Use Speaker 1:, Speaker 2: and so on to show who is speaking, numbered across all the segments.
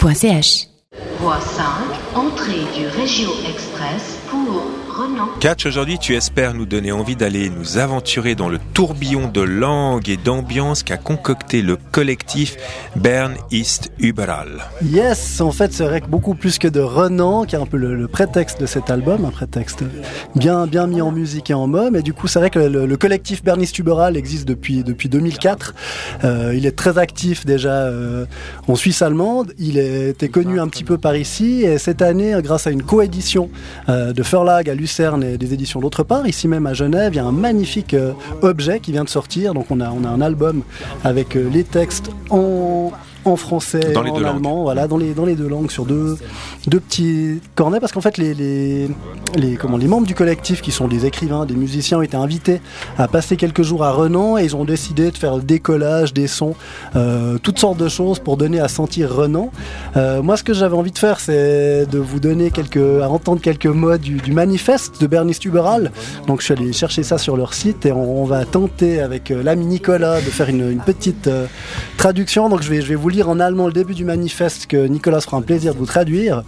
Speaker 1: radiovostok.ch.
Speaker 2: Voie 5, entrée du Régio Express pour Renan.
Speaker 3: Catch, aujourd'hui, tu espères nous donner envie d'aller nous aventurer dans le tourbillon de langues et d'ambiance qu'a concocté le collectif Bern East Überall.
Speaker 4: Yes, en fait, c'est vrai que beaucoup plus que de Renan, qui est un peu le, le prétexte de cet album, un prétexte bien, bien mis en musique et en mode. Et du coup, c'est vrai que le, le collectif Bernice Tuberal existe depuis, depuis 2004. Euh, il est très actif déjà euh, en Suisse allemande. Il était connu un petit peu par ici. Et cette année, euh, grâce à une coédition euh, de Förlag à Lucerne et des éditions d'autre part, ici même à Genève, il y a un magnifique euh, objet qui vient de sortir. Donc, on a, on a un album avec euh, les textes en en français,
Speaker 3: Dans les
Speaker 4: en
Speaker 3: deux langues.
Speaker 4: allemand, voilà, dans les, dans les deux langues, sur deux, deux petits cornets, parce qu'en fait, les, les, les, comment, les membres du collectif, qui sont des écrivains, des musiciens, ont été invités à passer quelques jours à Renan, et ils ont décidé de faire le décollage, des sons, euh, toutes sortes de choses pour donner à sentir Renan. Euh, moi, ce que j'avais envie de faire, c'est de vous donner quelques, à entendre quelques mots du, du manifeste de Bernice Tuberal. Donc, je suis allé chercher ça sur leur site, et on, on va tenter avec euh, l'ami Nicolas de faire une, une petite euh, traduction. Donc, je vais, je vais vous lire en allemand le début du manifeste que Nicolas fera un plaisir de vous traduire.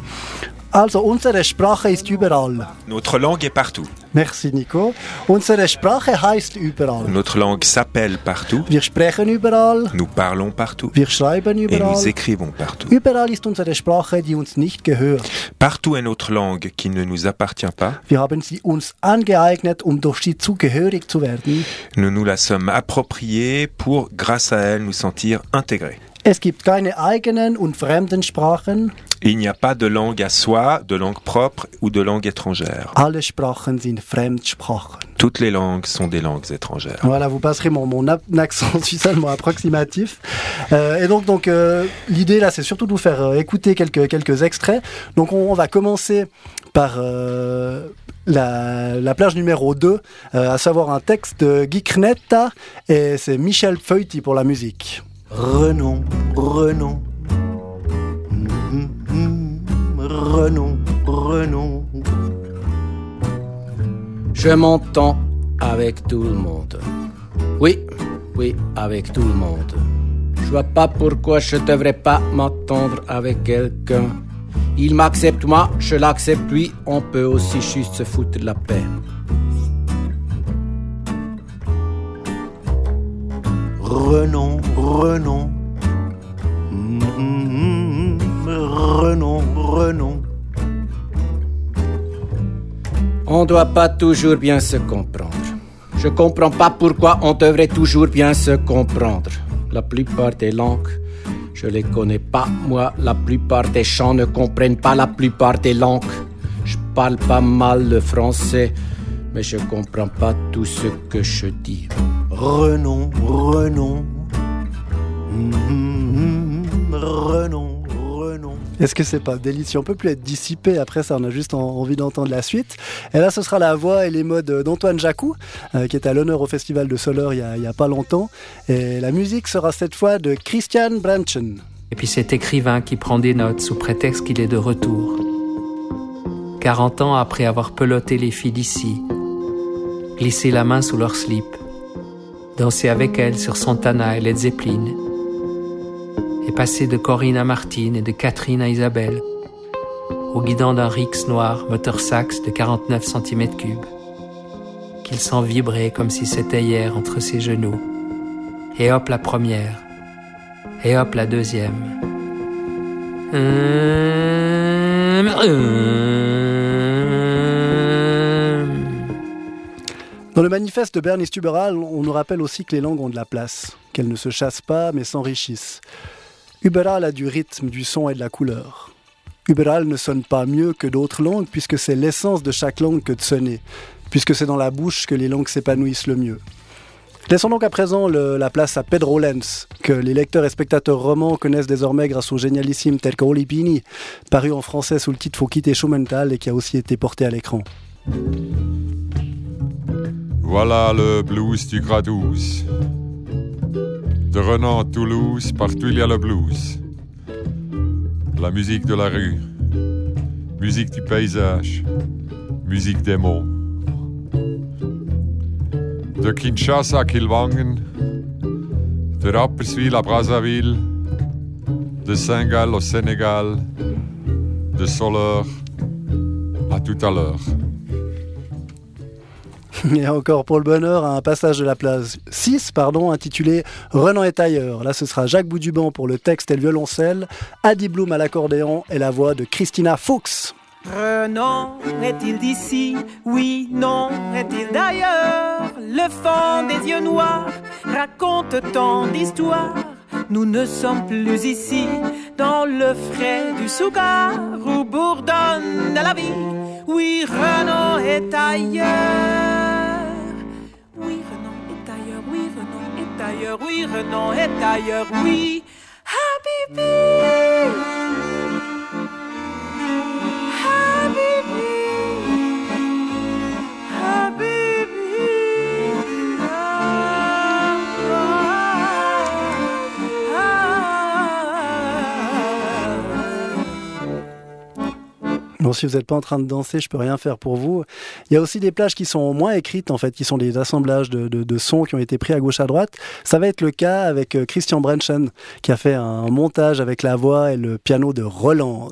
Speaker 4: Also, unsere Sprache ist überall.
Speaker 3: Notre langue est partout.
Speaker 4: Merci, Nico. Unsere Sprache heißt überall.
Speaker 3: Notre langue s'appelle partout.
Speaker 4: Wir sprechen überall.
Speaker 3: Nous parlons partout.
Speaker 4: Wir schreiben
Speaker 3: Et
Speaker 4: überall.
Speaker 3: nous écrivons partout.
Speaker 4: Überall ist unsere Sprache, die uns nicht gehört.
Speaker 3: Partout est notre langue qui ne nous appartient pas.
Speaker 4: Wir haben sie uns angeeignet, um durch sie zugehörig zu werden.
Speaker 3: Nous nous la sommes appropriée pour, grâce à elle, nous sentir intégrés.
Speaker 4: Es gibt keine eigenen und fremden Sprachen.
Speaker 3: Il n'y a pas de langue à soi, de langue propre ou de langue étrangère.
Speaker 4: Alle Sprachen sind Fremdsprachen.
Speaker 3: Toutes les langues sont des langues étrangères.
Speaker 4: Voilà, vous passerez mon, mon ap- accent suisse-allemand approximatif. Euh, et donc, donc euh, l'idée là, c'est surtout de vous faire euh, écouter quelques, quelques extraits. Donc, on, on va commencer par euh, la, la plage numéro 2, euh, à savoir un texte de Guy Crenetta, et c'est Michel Feuilly pour la musique.
Speaker 5: Renom, renom. Mhm, mhm, Renom, renom. Je m'entends avec tout le monde. Oui, oui, avec tout le monde. Je vois pas pourquoi je devrais pas m'entendre avec quelqu'un. Il m'accepte moi, je l'accepte lui, on peut aussi juste se foutre de la paix. Renom, renom. Mm, mm, mm, Renom, renom. On doit pas toujours bien se comprendre. Je comprends pas pourquoi on devrait toujours bien se comprendre. La plupart des langues, je les connais pas. Moi, la plupart des gens ne comprennent pas la plupart des langues. Je parle pas mal le français, mais je comprends pas tout ce que je dis. Renom, renom. Mhm, renom, renom.
Speaker 4: Est-ce que c'est pas délicieux On peut plus être dissipé après ça, on a juste en- envie d'entendre la suite. Et là, ce sera la voix et les modes d'Antoine Jacou, euh, qui était à l'honneur au Festival de Soleur il y, a, il y a pas longtemps. Et la musique sera cette fois de Christian Branchen.
Speaker 6: Et puis cet écrivain qui prend des notes sous prétexte qu'il est de retour. 40 ans après avoir peloté les filles d'ici, glissé la main sous leur slip, dansé avec elles sur Santana et Led Zeppelin, et passé de Corinne à Martine et de Catherine à Isabelle, au guidant d'un Rix noir moteur sax de 49 cm3, qu'il sent vibrer comme si c'était hier entre ses genoux. Et hop la première, et hop, la deuxième. Hum, hum.
Speaker 4: Dans le manifeste de Bernice Tuberal, on nous rappelle aussi que les langues ont de la place, qu'elles ne se chassent pas mais s'enrichissent. Uberal a du rythme, du son et de la couleur. Uberal ne sonne pas mieux que d'autres langues puisque c'est l'essence de chaque langue que de sonner, puisque c'est dans la bouche que les langues s'épanouissent le mieux. Laissons donc à présent le- la place à Pedro Lenz, que les lecteurs et spectateurs romans connaissent désormais grâce au génialissime Tercoli Pini, paru en français sous le titre Faut quitter Schumenthal et qui a aussi été porté à l'écran.
Speaker 7: Voilà le blues du Gradouze. De Renan à Toulouse, partout il y a le blues. La musique de la rue, musique du paysage, musique des mots. De Kinshasa à Kilwangen, de Rapperswil à Brazzaville, de Saint-Gall au Sénégal, de Soleur à tout à l'heure.
Speaker 4: Et encore pour le bonheur, un passage de la place 6, pardon, intitulé Renan est ailleurs. Là, ce sera Jacques Bouduban pour le texte et le violoncelle, Adi Blum à l'accordéon et la voix de Christina Fuchs.
Speaker 1: Renan est-il d'ici Oui, non, est-il d'ailleurs Le fond des yeux noirs raconte tant d'histoires. Nous ne sommes plus ici, dans le frais du Sougar, où bourdonne à la vie. Oui, Renan est ailleurs. Oui, Renan est ailleurs, oui, Renan est ailleurs, oui, Renan est ailleurs, oui. Habibi Habibi, Habibi, Ah, ah,
Speaker 4: Bon, si vous n'êtes pas en train de danser, je peux rien faire pour vous. Il y a aussi des plages qui sont moins écrites, en fait, qui sont des assemblages de, de- de sons qui ont été pris à gauche à droite. Ça va être le cas avec euh, Christian Brenschen, qui a fait un montage avec la voix et le piano de Roland.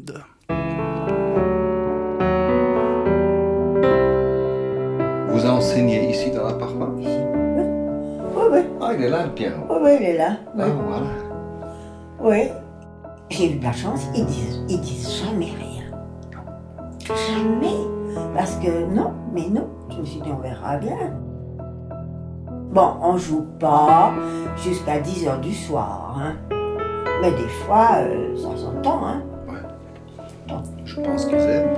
Speaker 8: Vous enseignez ici dans l'appartement ici
Speaker 9: Oui, oui,
Speaker 8: Ah, il est là le piano.
Speaker 9: oui, oui, Oh, bah, il est là.
Speaker 8: Ah,
Speaker 9: Oui.
Speaker 8: voilà.
Speaker 9: oui. J'ai eu de la chance, ils disent, ils disent jamais rien. Jamais. Parce que non, mais non. Je me suis dit, on verra bien. Bon, on joue pas jusqu'à 10 heures du soir. hein. Mais des fois, euh, ça s'entend. Hein.
Speaker 8: Je pense qu'ils aiment.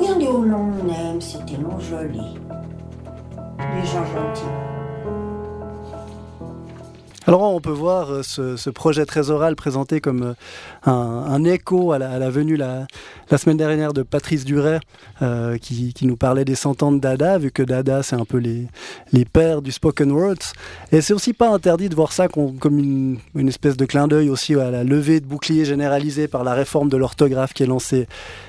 Speaker 9: Ils ont dit, oh non, on aime, c'est tellement joli. Des gens gentils.
Speaker 4: Alors on peut voir euh, ce, ce projet trésoral présenté comme euh, un, un écho à la, à la venue la, la semaine dernière de Patrice Duret euh, qui, qui nous parlait des cent ans de Dada, vu que Dada c'est un peu les, les pères du spoken words. Et c'est aussi pas interdit de voir ça qu'on- comme une, une espèce de clin d'œil aussi à la levée de boucliers généralisée par la réforme de l'orthographe qui est lancée.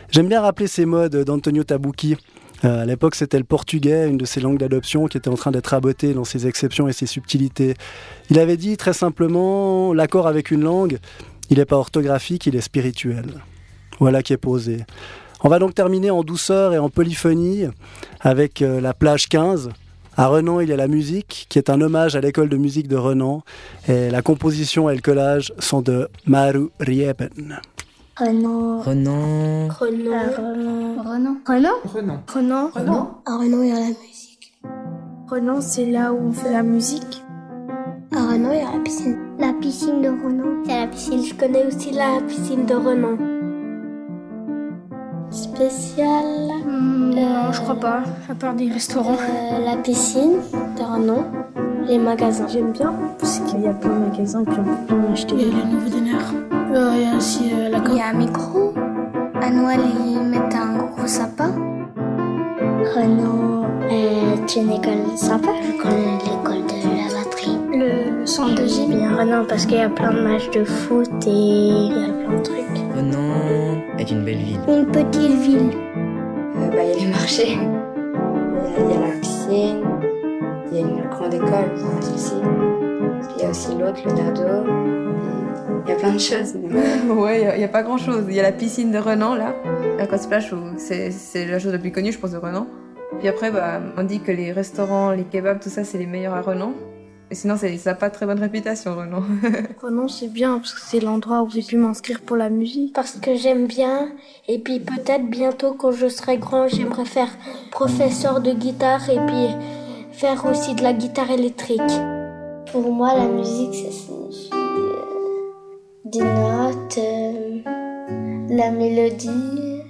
Speaker 4: J'aime bien rappeler ces modes d'Antonio Tabucchi. Euh, à l'époque, c'était le portugais, une de ses langues d'adoption, qui était en train d'être rabotée dans ses exceptions et ses subtilités. Il avait dit très simplement l'accord avec une langue, il n'est pas orthographique, il est spirituel. Voilà qui est posé. On va donc terminer en douceur et en polyphonie avec euh, la plage 15. À Renan, il y a la musique, qui est un hommage à l'école de musique de Renan. Et la composition et le collage sont de Maru Riepen.
Speaker 10: Renan.
Speaker 11: Renan.
Speaker 10: Renan. Renan. Renan. Renan. Renan.
Speaker 9: Renan.
Speaker 10: À Renan, il y a la musique. Renan, c'est là où on fait la musique. À Renan, il y a la piscine. La piscine de Renan. Il y a la piscine. Je connais aussi la piscine de Renan. Spécial. Mm, non, je crois pas. À part des restaurants. euh, la piscine de Renan. Les magasins. J'aime bien parce qu'il y a plein de magasins puis on peut acheter. Il y a le nouveau dîner. Il y a aussi euh, la Il y a un micro. À Noël, ils mettent un gros sapin. Renan, c'est une école sympa. Je connais l'école de la batterie. Le, centre de gym. Bien Renan, parce qu'il y a plein de matchs de foot et il y a plein de trucs.
Speaker 11: Renan est une belle ville.
Speaker 10: Une petite ville.
Speaker 12: Euh, bah, Il y a les marchés, il y a- il y, a la piscine, il y a une grande école, un lycée. Il y a aussi l'autre, le nado. Il y a plein de choses. euh,
Speaker 13: Ouais, il n'y a, pas grand chose. Il y a la piscine de Renan, là, à Cosplash, où c'est c'est la chose la plus connue, je pense, de Renan. Puis après, bah, on dit que les restaurants, les kebabs, tout ça, c'est les meilleurs à Renan. Et sinon, c'est- ça n'a pas très bonne réputation, Renan.
Speaker 10: Renan, c'est bien parce que c'est l'endroit où j'ai pu m'inscrire pour la musique. Parce que j'aime bien. Et puis peut-être bientôt, quand je serai grand, j'aimerais faire professeur de guitare et puis faire aussi de la guitare électrique. Pour moi, la musique, ça signifie euh, des notes, euh, la mélodie,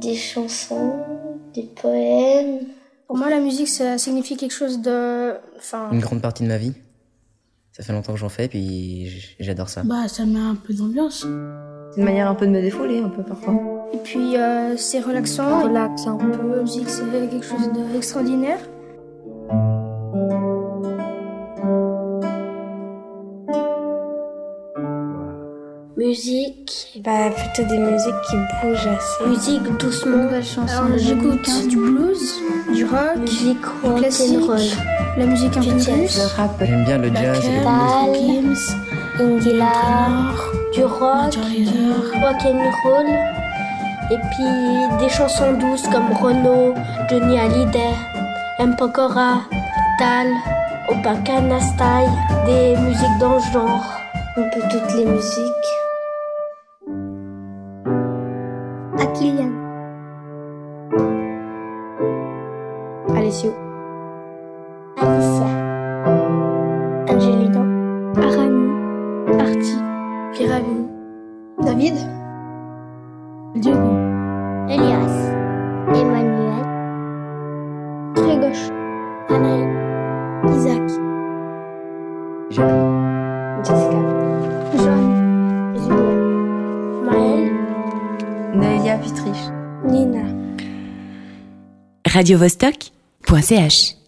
Speaker 10: des chansons, des poèmes. Pour moi, la musique, ça signifie quelque chose de. Enfin.
Speaker 11: Une grande partie de ma vie. Ça fait longtemps que j'en fais, puis j- j'adore ça.
Speaker 10: Bah, ça met un peu d'ambiance.
Speaker 13: C'est une manière un peu de me défouler, un peu parfois.
Speaker 10: Et puis euh, c'est relaxant. Relax un peu. La musique, c'est quelque chose d'extraordinaire. Musique. Bah plutôt des musiques qui bougent assez. Musique doucement. Alors j'écoute du blues, du rock, musique rock classique, la musique un peu plus.
Speaker 11: J'aime bien le jazz et le blues.
Speaker 10: Games, Indie-lar, du rock, rock and roll, et puis des chansons douces comme Renaud, Johnny Hallyday, M. Pokora, Tal, Opakana Style, des musiques dans le genre, un peu toutes les musiques.
Speaker 14: À Kylian. Alessio. Alicia. Angelina. Arani. Arti. Pyramide. David. Diogo. Elias. Emmanuel. Très gauche. Anaï. Isaac. Jeanne. Jessica. Jeanne. Julia. Maëlle.
Speaker 13: Nelia Pitriche.
Speaker 14: Nina.
Speaker 15: radiovostok.ch